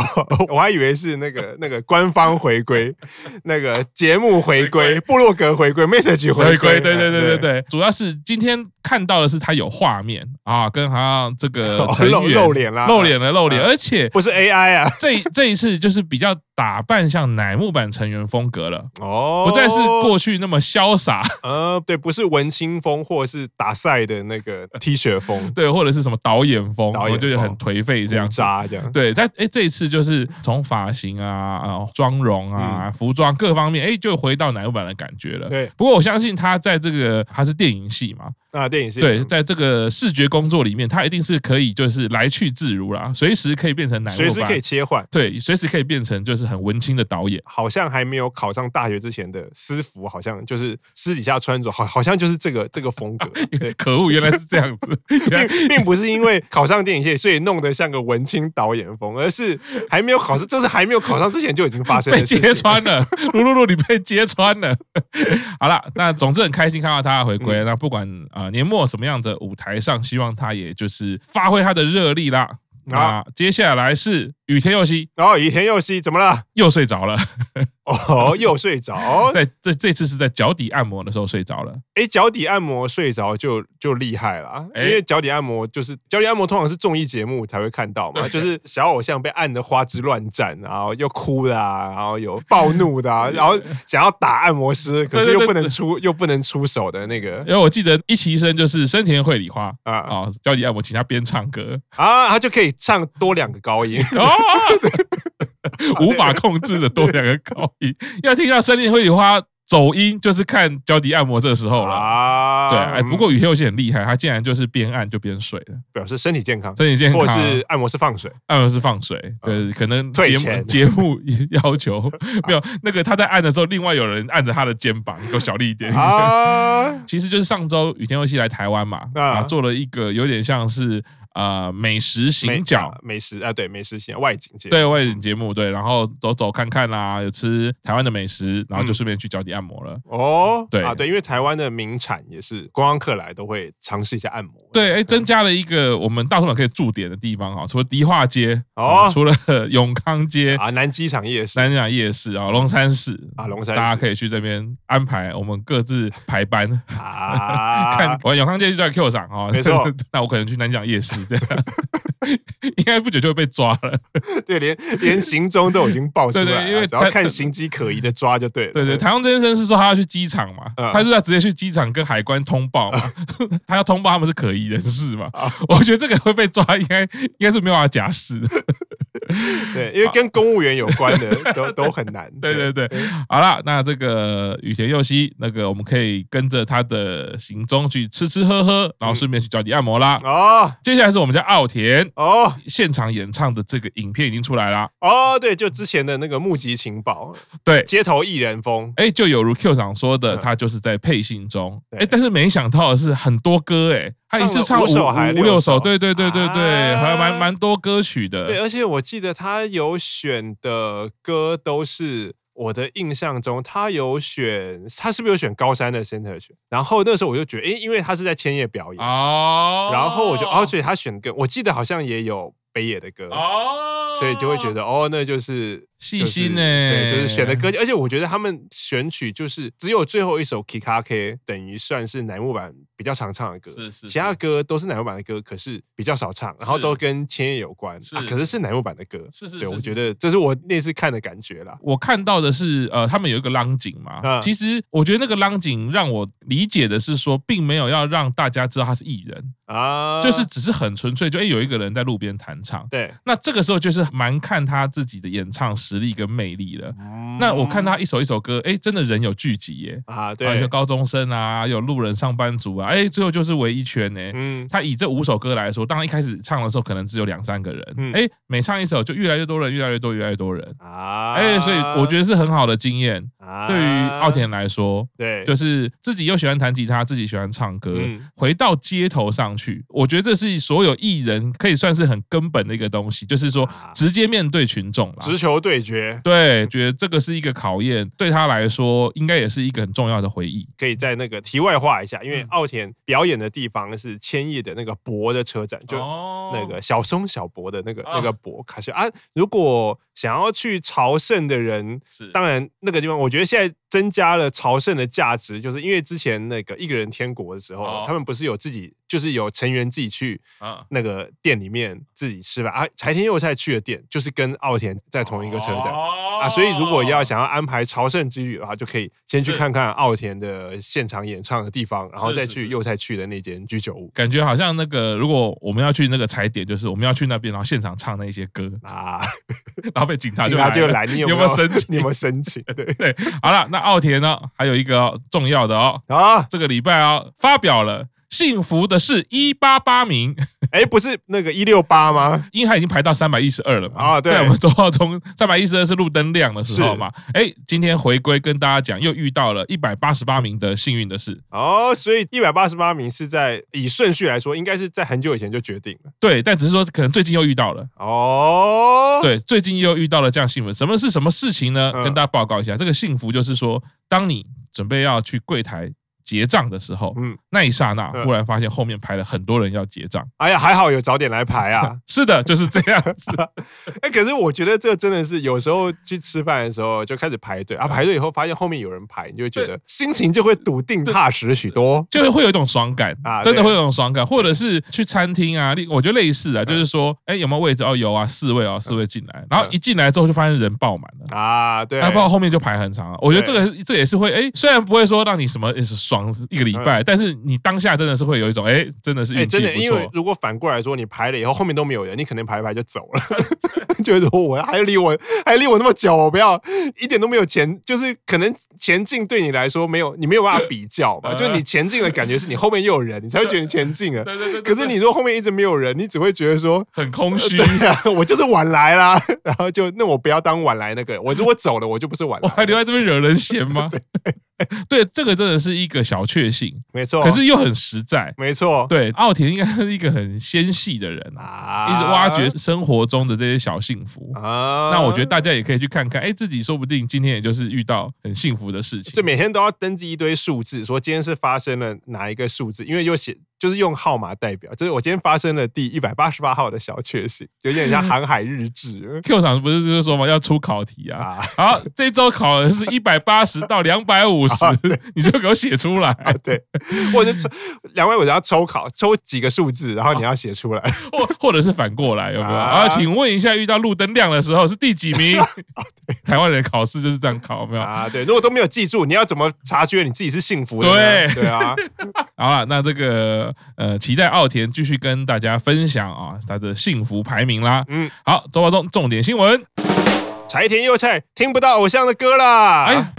[SPEAKER 2] 我还以为是那个 [LAUGHS] 那个官方回归， [LAUGHS] 那个节目回归、部落格回归、message
[SPEAKER 1] 回
[SPEAKER 2] 归，
[SPEAKER 1] 归，对对对对对，主要是今天看到的是他有画面啊，跟好像这个
[SPEAKER 2] 哦
[SPEAKER 1] 成
[SPEAKER 2] 露
[SPEAKER 1] 员
[SPEAKER 2] 露脸啦
[SPEAKER 1] 露脸了露脸，
[SPEAKER 2] 啊
[SPEAKER 1] 而且
[SPEAKER 2] 不是 AI
[SPEAKER 1] [LAUGHS]
[SPEAKER 2] 啊，
[SPEAKER 1] 这这一次就是比较打扮像乃木坂成员风格了，
[SPEAKER 2] 哦，
[SPEAKER 1] 不再是过去那么潇洒，
[SPEAKER 2] 呃，对，不是文青风或是打赛的那
[SPEAKER 1] [LAUGHS]
[SPEAKER 2] 个 T 恤风，
[SPEAKER 1] 对，或者是什么导演风，
[SPEAKER 2] 导演风
[SPEAKER 1] 我就是很颓废这样
[SPEAKER 2] 胡。渣这样，
[SPEAKER 1] 对，但哎，这一次就是从发型啊、啊妆容啊、服装各方面，哎，就回到乃木坂的感觉了。
[SPEAKER 2] 嗯对
[SPEAKER 1] 不过我相信他在这个他是电影系嘛，
[SPEAKER 2] 啊，电影是
[SPEAKER 1] 对，在这个视觉工作里面，他一定是可以就是来去自如啦，随时可以变成乃木
[SPEAKER 2] 随时可以
[SPEAKER 1] 坂，
[SPEAKER 2] 切换，
[SPEAKER 1] 对，随时可以变成就是就是很文青的导演。
[SPEAKER 2] 好像还没有考上大学之前的私服，好像就是私底下穿着，好好像就是这个这个风格，对
[SPEAKER 1] 可恶，原来是这样
[SPEAKER 2] [LAUGHS]
[SPEAKER 1] 子，原来
[SPEAKER 2] 并并不是因为考上电影系，所以弄得像个文青导演风，而
[SPEAKER 1] [LAUGHS]
[SPEAKER 2] 是还没有考上，这是还没有考上之前就已经发生的
[SPEAKER 1] 被
[SPEAKER 2] 事情
[SPEAKER 1] 揭穿了， [LAUGHS] 露露露，你被揭穿了。 [LAUGHS] 好了，那总之很开心看到他的回
[SPEAKER 2] 嗯
[SPEAKER 1] 归。那不管啊、呃年末什么样的舞台上，希望他也就是发挥他的热力啦。
[SPEAKER 2] 啊
[SPEAKER 1] 那接下来是雨天佑希
[SPEAKER 2] 然后以田佑希怎么了？
[SPEAKER 1] 又睡着
[SPEAKER 2] [LAUGHS]
[SPEAKER 1] 了， [LAUGHS]
[SPEAKER 2] 哦，又睡着。
[SPEAKER 1] 在这这次是在脚底按摩的时候睡着了。
[SPEAKER 2] 哎，脚底按摩睡着就就厉害了，因
[SPEAKER 1] 诶
[SPEAKER 2] 为脚底按摩就是脚底按摩，通常是综艺节目才会看到嘛，
[SPEAKER 1] 对
[SPEAKER 2] 就是小偶像被按得花枝乱颤，啊然后又哭的、啊，然后有暴怒
[SPEAKER 1] [LAUGHS]
[SPEAKER 2] 的、啊，然后想要打按摩师，可
[SPEAKER 1] 对
[SPEAKER 2] 是
[SPEAKER 1] 对
[SPEAKER 2] 又
[SPEAKER 1] 对
[SPEAKER 2] 不能出又不能出手的那个
[SPEAKER 1] 因为我记得一起身就是生田绘里花
[SPEAKER 2] 啊
[SPEAKER 1] 啊，脚底按摩，请他边唱
[SPEAKER 2] [LAUGHS]
[SPEAKER 1] 歌
[SPEAKER 2] 啊，他就可以唱多两个高音。
[SPEAKER 1] 哦， [LAUGHS] 无法控制的多两个高音。要听到生田绘里花走音，就是看脚底按摩这时候了。
[SPEAKER 2] 啊
[SPEAKER 1] 对，哎，
[SPEAKER 2] 嗯
[SPEAKER 1] 不过雨天佑希很厉害，他竟然就是边按就边睡了，
[SPEAKER 2] 表示身体健康，
[SPEAKER 1] 身体健康
[SPEAKER 2] 或
[SPEAKER 1] 啊。
[SPEAKER 2] 者是按摩师
[SPEAKER 1] [LAUGHS]
[SPEAKER 2] 放水，
[SPEAKER 1] 按摩是放水，对，可能
[SPEAKER 2] 退
[SPEAKER 1] 节目
[SPEAKER 2] 钱
[SPEAKER 1] 节目 [LAUGHS] 要求没有那个他在按的时候，另外有人按着他的肩膀，给我小力一点。
[SPEAKER 2] 啊，
[SPEAKER 1] 其实就是上周雨天游戏来台湾嘛，
[SPEAKER 2] 啊
[SPEAKER 1] 啊，做了一个有点像是呃美食 [LAUGHS]
[SPEAKER 2] 美
[SPEAKER 1] 行脚
[SPEAKER 2] 啊。美食啊，对，美食型外景节，
[SPEAKER 1] 对外景节目，对，然后走走看看啦，有吃台湾的美食，然
[SPEAKER 2] 嗯
[SPEAKER 1] 后就顺便去脚底按摩了。
[SPEAKER 2] 哦，
[SPEAKER 1] 对
[SPEAKER 2] 啊，对，因为台湾的名产也是观光客来都会尝试一下按摩。
[SPEAKER 1] 对，哎，增加了一个我们大众可以驻点的地方哈，除了迪化街，
[SPEAKER 2] 哦
[SPEAKER 1] 哦，除了 [LAUGHS] 永康街、
[SPEAKER 2] 啊，南机场夜市
[SPEAKER 1] 三亚夜市啊、龙山寺
[SPEAKER 2] 啊龙山
[SPEAKER 1] 大家
[SPEAKER 2] 寺
[SPEAKER 1] 可以去这边安排，我们各自排班。 [LAUGHS] 看
[SPEAKER 2] 啊，
[SPEAKER 1] 我永康街就叫 Q 赏哦，
[SPEAKER 2] 没错。
[SPEAKER 1] [LAUGHS] 那我可能去南港夜市这样，应该不久就会被抓了。
[SPEAKER 2] 对，连连行踪都已经爆出来
[SPEAKER 1] 对
[SPEAKER 2] 了，
[SPEAKER 1] 对因为
[SPEAKER 2] 只要
[SPEAKER 1] 他
[SPEAKER 2] 看行迹可疑的抓就对了。
[SPEAKER 1] 对对，台湾先生是说他要去机场嘛，
[SPEAKER 2] 嗯
[SPEAKER 1] 他是要直接去机场跟海关通报嘛， [LAUGHS] 他要通报他们是可疑人士嘛
[SPEAKER 2] 啊。
[SPEAKER 1] 我觉得这个会被抓，应该应该是没有办法假释的。
[SPEAKER 2] 对，因为跟公务员有关
[SPEAKER 1] [LAUGHS]
[SPEAKER 2] 的都都很难。
[SPEAKER 1] 对对对，好啦，那这个雨田佑希，那个我们可以跟着他的行踪去吃吃喝喝，然后
[SPEAKER 2] 嗯
[SPEAKER 1] 顺便去脚底按摩啦。
[SPEAKER 2] 哦
[SPEAKER 1] 接下来是我们家奥田
[SPEAKER 2] 哦
[SPEAKER 1] 现场演唱的这个影片已经出来啦。
[SPEAKER 2] 哦，对，就之前的那个募集情报，
[SPEAKER 1] 对，
[SPEAKER 2] 街头艺人风，
[SPEAKER 1] 哎，就有如 Q 长说的，
[SPEAKER 2] 嗯
[SPEAKER 1] 他就是在配信中。
[SPEAKER 2] 对
[SPEAKER 1] 哎，但是没想到的是，很多歌哎，他一次
[SPEAKER 2] 唱
[SPEAKER 1] 唱五
[SPEAKER 2] 了五首还
[SPEAKER 1] 五
[SPEAKER 2] 六
[SPEAKER 1] 六
[SPEAKER 2] 首
[SPEAKER 1] 首，对对对对对，
[SPEAKER 2] 啊
[SPEAKER 1] 还蛮蛮多歌曲
[SPEAKER 2] 对，
[SPEAKER 1] 的。
[SPEAKER 2] 而且我记得他有选的歌都是我的印象中，他有选，他是不是有选高山的 center 选？然后那时候我就觉得，诶，因为他是在千叶表演，
[SPEAKER 1] 哦，
[SPEAKER 2] 然后我就，哦，所以他选歌，我记得好像也有北野的歌。
[SPEAKER 1] 哦，
[SPEAKER 2] 所以就会觉得哦，那就是
[SPEAKER 1] 细
[SPEAKER 2] 就是
[SPEAKER 1] 心欸
[SPEAKER 2] 对，就是选的歌，而且我觉得他们选曲就是只有最后一首《Kikake》等于算是乃木坂比较常唱的歌，
[SPEAKER 1] 是是
[SPEAKER 2] 其他
[SPEAKER 1] 是
[SPEAKER 2] 歌都是乃木坂的歌，可是比较少唱，然后
[SPEAKER 1] 是
[SPEAKER 2] 都跟千叶有关，啊，
[SPEAKER 1] 是
[SPEAKER 2] 可是是乃木坂的歌，
[SPEAKER 1] 是是是
[SPEAKER 2] 对，我
[SPEAKER 1] 是
[SPEAKER 2] 觉得这是我那次看的感觉啦。
[SPEAKER 1] 我看到的是，呃，他们有一个浪景嘛。
[SPEAKER 2] 嗯
[SPEAKER 1] 其实我觉得那个浪景让我理解的是说，并没有要让大家知道他是艺人，
[SPEAKER 2] 啊，
[SPEAKER 1] 就是只是很纯粹，就哎、有一个人在路边弹唱。
[SPEAKER 2] 对，
[SPEAKER 1] 那这个时候就是蛮看他自己的演唱实力跟魅力了。那我看他一首一首歌，哎、真的人有聚集耶，
[SPEAKER 2] 啊，
[SPEAKER 1] 啊有
[SPEAKER 2] 对，
[SPEAKER 1] 高中生啊，有路人上班族啊，哎、最后就是围一圈呢、
[SPEAKER 2] 嗯，
[SPEAKER 1] 他以这五首歌来说，当然一开始唱的时候可能只有两三个人，哎、
[SPEAKER 2] 嗯
[SPEAKER 1] 每唱一首就越来越多人，越来越多，越来越多人，
[SPEAKER 2] 啊，
[SPEAKER 1] 哎、所以我觉得是很好的经验。
[SPEAKER 2] 得
[SPEAKER 1] 对于奥，田来说，
[SPEAKER 2] 啊对，
[SPEAKER 1] 就是自己又喜欢弹吉他，自己喜欢唱歌，
[SPEAKER 2] 嗯
[SPEAKER 1] 回到街头上去，我觉得这是所有艺人可以算是很根本的一个东西，就是说
[SPEAKER 2] 啊
[SPEAKER 1] 直接面对群众啦。
[SPEAKER 2] 直球对决，
[SPEAKER 1] 对，觉得这个是一个考验，对他来说应该也是一个很重要的回忆。
[SPEAKER 2] 可以在那个题外话一下，因为
[SPEAKER 1] 嗯
[SPEAKER 2] 奥田表演的地方是千叶的那个博的车站，就
[SPEAKER 1] 哦
[SPEAKER 2] 那个小松小博的那个
[SPEAKER 1] 啊
[SPEAKER 2] 那个博卡西啊。如果想要去朝圣的人，
[SPEAKER 1] 是
[SPEAKER 2] 当然那个地方，我觉得现在增加了朝圣的价值，就是因为之前那个一个人天国的时候
[SPEAKER 1] 哦，
[SPEAKER 2] 他们不是有自己，就是有成员自己去
[SPEAKER 1] 啊，
[SPEAKER 2] 那个店里面自己吃饭啊。柴田佑菜去的店就是跟奥田在同一个车站。
[SPEAKER 1] 哦
[SPEAKER 2] 啊，所以如果要想要安排朝圣之旅的话，就可以先去
[SPEAKER 1] 是
[SPEAKER 2] 看看奥田的现场演唱的地方，然后
[SPEAKER 1] 是
[SPEAKER 2] 再
[SPEAKER 1] 是
[SPEAKER 2] 去
[SPEAKER 1] 是
[SPEAKER 2] 又再去的那间居酒屋
[SPEAKER 1] 感觉好像那个，如果我们要去那个踩点，就是我们要去那边，然后现场唱那些歌，
[SPEAKER 2] 啊，
[SPEAKER 1] 然后被警察
[SPEAKER 2] 警
[SPEAKER 1] 就
[SPEAKER 2] 察
[SPEAKER 1] 来
[SPEAKER 2] 就
[SPEAKER 1] 了
[SPEAKER 2] 来，你有
[SPEAKER 1] 有
[SPEAKER 2] 没
[SPEAKER 1] 没
[SPEAKER 2] 有
[SPEAKER 1] 有申
[SPEAKER 2] 你
[SPEAKER 1] 请？
[SPEAKER 2] 有没有申请？
[SPEAKER 1] [LAUGHS]
[SPEAKER 2] 对
[SPEAKER 1] 对，好了，那奥田呢，还有一个哦重要的哦，
[SPEAKER 2] 啊，
[SPEAKER 1] 这个礼拜啊、发表了《幸福的事》一八八名， [LAUGHS]
[SPEAKER 2] 哎，不是那个一六八吗？
[SPEAKER 1] 因为它已经排到三百一十二了嘛。
[SPEAKER 2] 啊对
[SPEAKER 1] 在我们周报中三百一十二是路灯亮的时候嘛。哎，今天回归跟大家讲，又遇到了一百八十八名的幸运的事。
[SPEAKER 2] 哦，所以一百八十八名是在以顺序来说，应该是在很久以前就决定了。
[SPEAKER 1] 对，但只是说可能最近又遇到
[SPEAKER 2] 啊
[SPEAKER 1] 了。
[SPEAKER 2] 哦，，
[SPEAKER 1] 对，最近又遇到了这样幸福。什么是什么事情呢？
[SPEAKER 2] 嗯
[SPEAKER 1] 跟大家报告一下，这个幸福就是说，当你准备要去柜台结账的时候，
[SPEAKER 2] 嗯，
[SPEAKER 1] 那一刹那
[SPEAKER 2] 嗯
[SPEAKER 1] 忽然发现后面排了很多人要结账。。
[SPEAKER 2] 哎呀，还好有早点来排啊
[SPEAKER 1] 是的，就是这样
[SPEAKER 2] [LAUGHS]
[SPEAKER 1] 子。
[SPEAKER 2] 哎，可是我觉得这真的是有时候去吃饭的时候就开始排队啊，排队以后发现后面有人排，你就会觉得心情就会笃定踏实许多。
[SPEAKER 1] 就会有一种爽感
[SPEAKER 2] 啊
[SPEAKER 1] 真的
[SPEAKER 2] 对
[SPEAKER 1] 会有一种爽感，或者是去餐厅啊，另我觉得类似啊，就是说，哎，有没有位置？哦，有啊，四位哦，四位进来，然后一进来之后就发现人爆满了。
[SPEAKER 2] 啊，嗯对，
[SPEAKER 1] 那不然后面就排很长了。我觉得这
[SPEAKER 2] 对
[SPEAKER 1] 个这也是会，哎，虽然不会说让你什么也是爽一个礼拜，但是你当下真的是会有一种，哎，真的是
[SPEAKER 2] 嗯哎，
[SPEAKER 1] 运气
[SPEAKER 2] 真
[SPEAKER 1] 不
[SPEAKER 2] 的，因为
[SPEAKER 1] 错。
[SPEAKER 2] 如果反过来说，你排了以后后面都没有人，你可能排一排就走了， [LAUGHS] 就是说我还离我还离我那么久，我不要一点都没有前，就是可能前进对你来说没有，你没有办法比较嘛，
[SPEAKER 1] 呃
[SPEAKER 2] 就是你前进的感觉是你后面又有人，你才会觉得你前进了。
[SPEAKER 1] 对对对对
[SPEAKER 2] 可是你如果后面一直没有人，你只会觉得说。
[SPEAKER 1] 很空虚
[SPEAKER 2] 对，啊， [LAUGHS] 我就是晚来啦， [LAUGHS] 然后就那我不要当晚来那个人，我如果走了，我就不是晚
[SPEAKER 1] [LAUGHS] 我还
[SPEAKER 2] 来
[SPEAKER 1] 留
[SPEAKER 2] 了，
[SPEAKER 1] 在这边惹人嫌吗？ [LAUGHS] 对，这个真的是一个小确幸，
[SPEAKER 2] 没错，
[SPEAKER 1] 可是又很实在。
[SPEAKER 2] 没错，
[SPEAKER 1] 对，奥田应该是一个很纤细的人啊，
[SPEAKER 2] 啊
[SPEAKER 1] 一直挖掘生活中的这些小幸福。
[SPEAKER 2] 啊
[SPEAKER 1] 那我觉得大家也可以去看看，哎，自己说不定今天也就是遇到很幸福的事情。
[SPEAKER 2] 就每天都要登记一堆数字，说今天是发生了哪一个数字，因为又写就是用号码代表，就是我今天发生了第一百八十八号的小确幸，有
[SPEAKER 1] [LAUGHS]
[SPEAKER 2] 点像航海日志 [LAUGHS]
[SPEAKER 1] Q 厂不是就是说嘛，要出考题啊。
[SPEAKER 2] 啊
[SPEAKER 1] 好，这周考的是一百八十到两百五十， [LAUGHS] 你就给我写出来。
[SPEAKER 2] 啊，对，或者抽两位我要抽考，抽几个数字，然后你要写出来。
[SPEAKER 1] [LAUGHS] 或或者是反过来，有没有？
[SPEAKER 2] 啊
[SPEAKER 1] 啊，请问一下，遇到路灯亮的时候是第几
[SPEAKER 2] [LAUGHS]
[SPEAKER 1] 名？台湾人考试就是这样考，有没有？
[SPEAKER 2] 啊，对，如果都没有记住，你要怎么察觉你自己是幸福的呢？
[SPEAKER 1] 对
[SPEAKER 2] 对啊，
[SPEAKER 1] 好了，那这个呃，期待奥田继续跟大家分享啊他的幸福排名啦。
[SPEAKER 2] 嗯，
[SPEAKER 1] 好，周报中重点新闻，
[SPEAKER 2] 柴田佑菜听不到偶像的歌啦，
[SPEAKER 1] 哎呀，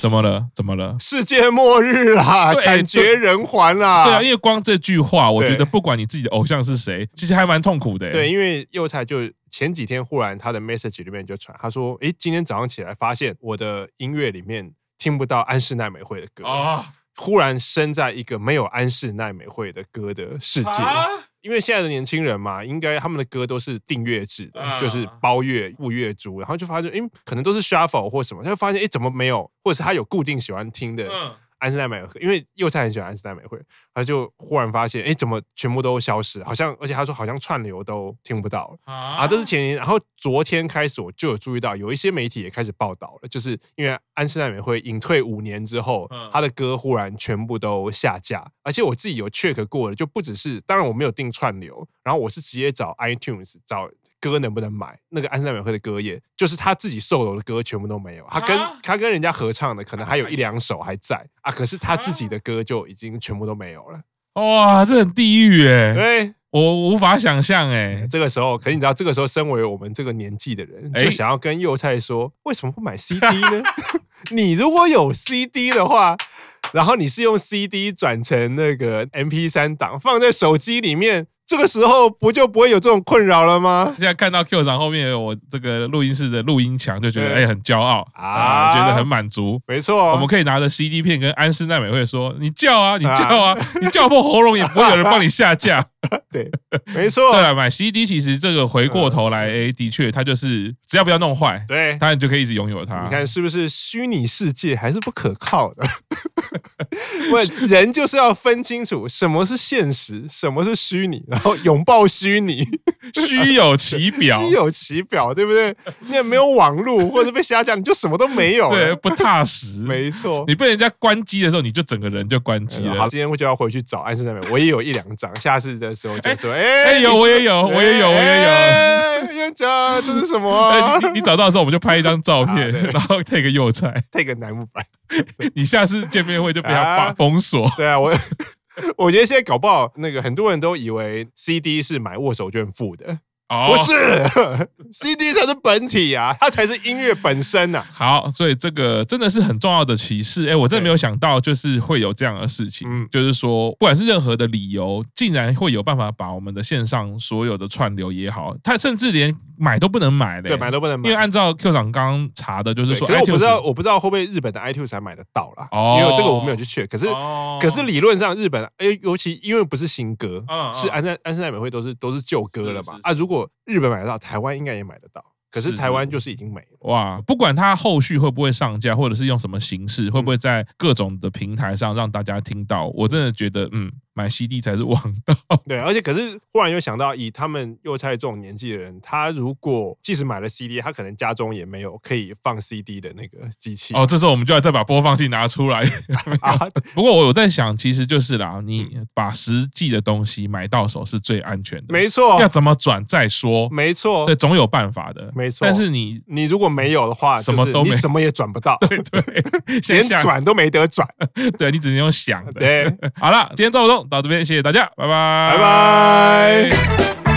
[SPEAKER 1] 怎么了？怎么了？
[SPEAKER 2] 世界末日啦，
[SPEAKER 1] 对
[SPEAKER 2] 惨绝人寰啦，
[SPEAKER 1] 对啊，因为光这句话，我
[SPEAKER 2] 对
[SPEAKER 1] 觉得不管你自己的偶像是谁，其实还蛮痛苦的、欸。
[SPEAKER 2] 对，因为幼菜就前几天忽然他的 message 里面就传，他说：“诶，今天早上起来发现我的音乐里面听不到安室奈美惠的歌，
[SPEAKER 1] 啊，
[SPEAKER 2] 忽然身在一个没有安室奈美惠的歌的世界。
[SPEAKER 1] 啊
[SPEAKER 2] 因为现在的年轻人嘛，应该他们的歌都是订阅制的，
[SPEAKER 1] 啊
[SPEAKER 2] 就是包月、物月租，然后就发现，诶，可能都是 shuffle 或什么，他就发现，诶，怎么没有？或者是他有固定喜欢听的。
[SPEAKER 1] 嗯，
[SPEAKER 2] 安室奈美惠，因为幼菜很喜欢安室奈美惠，他就忽然发现，诶，怎么全部都消失？好像，而且他说好像串流都听不到了。啊，
[SPEAKER 1] 啊
[SPEAKER 2] 这是前年，然后昨天开始我就有注意到，有一些媒体也开始报道了，就是因为安室奈美惠隐退五年之后，
[SPEAKER 1] 嗯
[SPEAKER 2] 她的歌忽然全部都下架，而且我自己有 check 过的，就不只是，当然我没有订串流，然后我是直接找 iTunes 找。歌能不能买？那个安室奈美惠的歌也，就是她自己 solo 的歌全部都没有。她跟
[SPEAKER 1] 啊
[SPEAKER 2] 她跟人家合唱的，可能还有一两首还在啊，可是她自己的歌就已经全部都没有了。
[SPEAKER 1] 哇，这很地狱哎、
[SPEAKER 2] 对，
[SPEAKER 1] 我无法想象哎、
[SPEAKER 2] 这个时候，可是你知道，这个时候身为我们这个年纪的人，
[SPEAKER 1] 哎
[SPEAKER 2] 就想要跟幼菜说，为什么不买 CD 呢？ [LAUGHS] 你如果有 CD 的话，然后你是用 CD 转成那个 MP 三档，放在手机里面，这个时候不就不会有这种困扰了吗？
[SPEAKER 1] 现在看到 Q 长后面有我这个录音室的录音墙，就觉得哎、
[SPEAKER 2] 对
[SPEAKER 1] 很骄傲
[SPEAKER 2] 啊
[SPEAKER 1] 啊，觉得很满足。
[SPEAKER 2] 没
[SPEAKER 1] 我
[SPEAKER 2] 错
[SPEAKER 1] 们，可以拿着 CD 片跟安室奈美惠说：“你叫啊，你叫啊，你叫破喉咙也不会有人帮你下
[SPEAKER 2] [LAUGHS]
[SPEAKER 1] 架。 [LAUGHS]
[SPEAKER 2] 对，啊没”
[SPEAKER 1] 对啊
[SPEAKER 2] 错，
[SPEAKER 1] 了，买 CD 其实这个回过头来，哎，的确，它就是只要不要弄坏，
[SPEAKER 2] 对。
[SPEAKER 1] 当然就可以一直拥有它。
[SPEAKER 2] 你看是不是虚拟世界还是不可靠的？ [LAUGHS] 问人就是要分清楚什么是现实，什么是虚拟，然后拥抱虚拟。
[SPEAKER 1] [LAUGHS] 虚有其表，
[SPEAKER 2] [LAUGHS] 虚有其表，对不对？ [LAUGHS] 你也没有网络，或者被下架，你就什么都没有
[SPEAKER 1] 对，
[SPEAKER 2] 了。
[SPEAKER 1] 不踏实。
[SPEAKER 2] 哎没错。哎
[SPEAKER 1] 你被人家关机的时候，你就整个人就关机
[SPEAKER 2] 好，
[SPEAKER 1] 了。
[SPEAKER 2] 今天就要回去找安室奈美，我也有一两张，下次的时候
[SPEAKER 1] [LAUGHS]
[SPEAKER 2] 就说，哎、
[SPEAKER 1] 哎有
[SPEAKER 2] 你
[SPEAKER 1] 我也
[SPEAKER 2] 这
[SPEAKER 1] 有我也有我也有
[SPEAKER 2] 哎院长，这是什么、啊
[SPEAKER 1] [LAUGHS] 哎，你你找到的时候，我们就拍一张照片，
[SPEAKER 2] [LAUGHS] 啊对
[SPEAKER 1] 然后 take 个幼菜。
[SPEAKER 2] ？take 个楠木板。
[SPEAKER 1] [LAUGHS] 你下次见面会就被他
[SPEAKER 2] 啊
[SPEAKER 1] 把封锁。
[SPEAKER 2] 对啊，我 [LAUGHS] 我觉得现在搞不好，那个很多人都以为 CD 是买握手券付的，
[SPEAKER 1] 哦
[SPEAKER 2] 不是 CD 才是本体啊，它才是音乐本身呐、啊。
[SPEAKER 1] 好，所以这个真的是很重要的歧视。哎，我真的没有想到，就是会有这样的事情。
[SPEAKER 2] 嗯
[SPEAKER 1] 就是说，不管是任何的理由，竟然会有办法把我们的线上所有的串流也好，它甚至连买都不能买嘞。
[SPEAKER 2] 对，买都不能买
[SPEAKER 1] 因为。按照 Q 长刚刚查的，就是
[SPEAKER 2] 对
[SPEAKER 1] 说，
[SPEAKER 2] 可是我不知道，，我不知道会不会日本的 iTunes 才买得到啦，
[SPEAKER 1] 哦
[SPEAKER 2] 因为这个我没有去 check。可是，
[SPEAKER 1] 哦
[SPEAKER 2] 可是理论上日本，哎，尤其因为不是新歌
[SPEAKER 1] 嗯，嗯
[SPEAKER 2] 是安山安室奈美惠都是都是旧歌了
[SPEAKER 1] 是
[SPEAKER 2] 嘛
[SPEAKER 1] 是是
[SPEAKER 2] 啊，如果日本买得到，台湾应该也买得到。可是
[SPEAKER 1] 是是
[SPEAKER 2] 台湾就是已经没了。
[SPEAKER 1] 哇，不管它后续会不会上架，或者是用什么形式，会不
[SPEAKER 2] 嗯
[SPEAKER 1] 会在各种的平台上让大家听到，我真的觉得，嗯，买 CD 才是王道。
[SPEAKER 2] 对，而且可是忽然又想到，以他们幼菜这种年纪的人，他如果即使买了 CD，他可能家中也没有可以放 CD 的那个机器
[SPEAKER 1] 哦，这时候我们就要再把播放器拿出来。 [LAUGHS]
[SPEAKER 2] 啊。
[SPEAKER 1] 不过我有在想，其实就是啦，你把实际的东西买到手是最安全的，
[SPEAKER 2] 嗯没错
[SPEAKER 1] 要，怎么转再说，
[SPEAKER 2] 哦没错
[SPEAKER 1] 对，，总有办法的，
[SPEAKER 2] 没错
[SPEAKER 1] 但是
[SPEAKER 2] [LAUGHS]
[SPEAKER 1] 你
[SPEAKER 2] 你如果没有的话，
[SPEAKER 1] 什么
[SPEAKER 2] 就是
[SPEAKER 1] 都没
[SPEAKER 2] 你怎么也转不到，
[SPEAKER 1] [LAUGHS] 对对，线
[SPEAKER 2] 连
[SPEAKER 1] 下
[SPEAKER 2] 转都没得
[SPEAKER 1] [LAUGHS]
[SPEAKER 2] 转。
[SPEAKER 1] 对你只能用想的。
[SPEAKER 2] 对。
[SPEAKER 1] 好了，今天赵不动到这边，谢谢大家，拜拜，
[SPEAKER 2] 拜拜。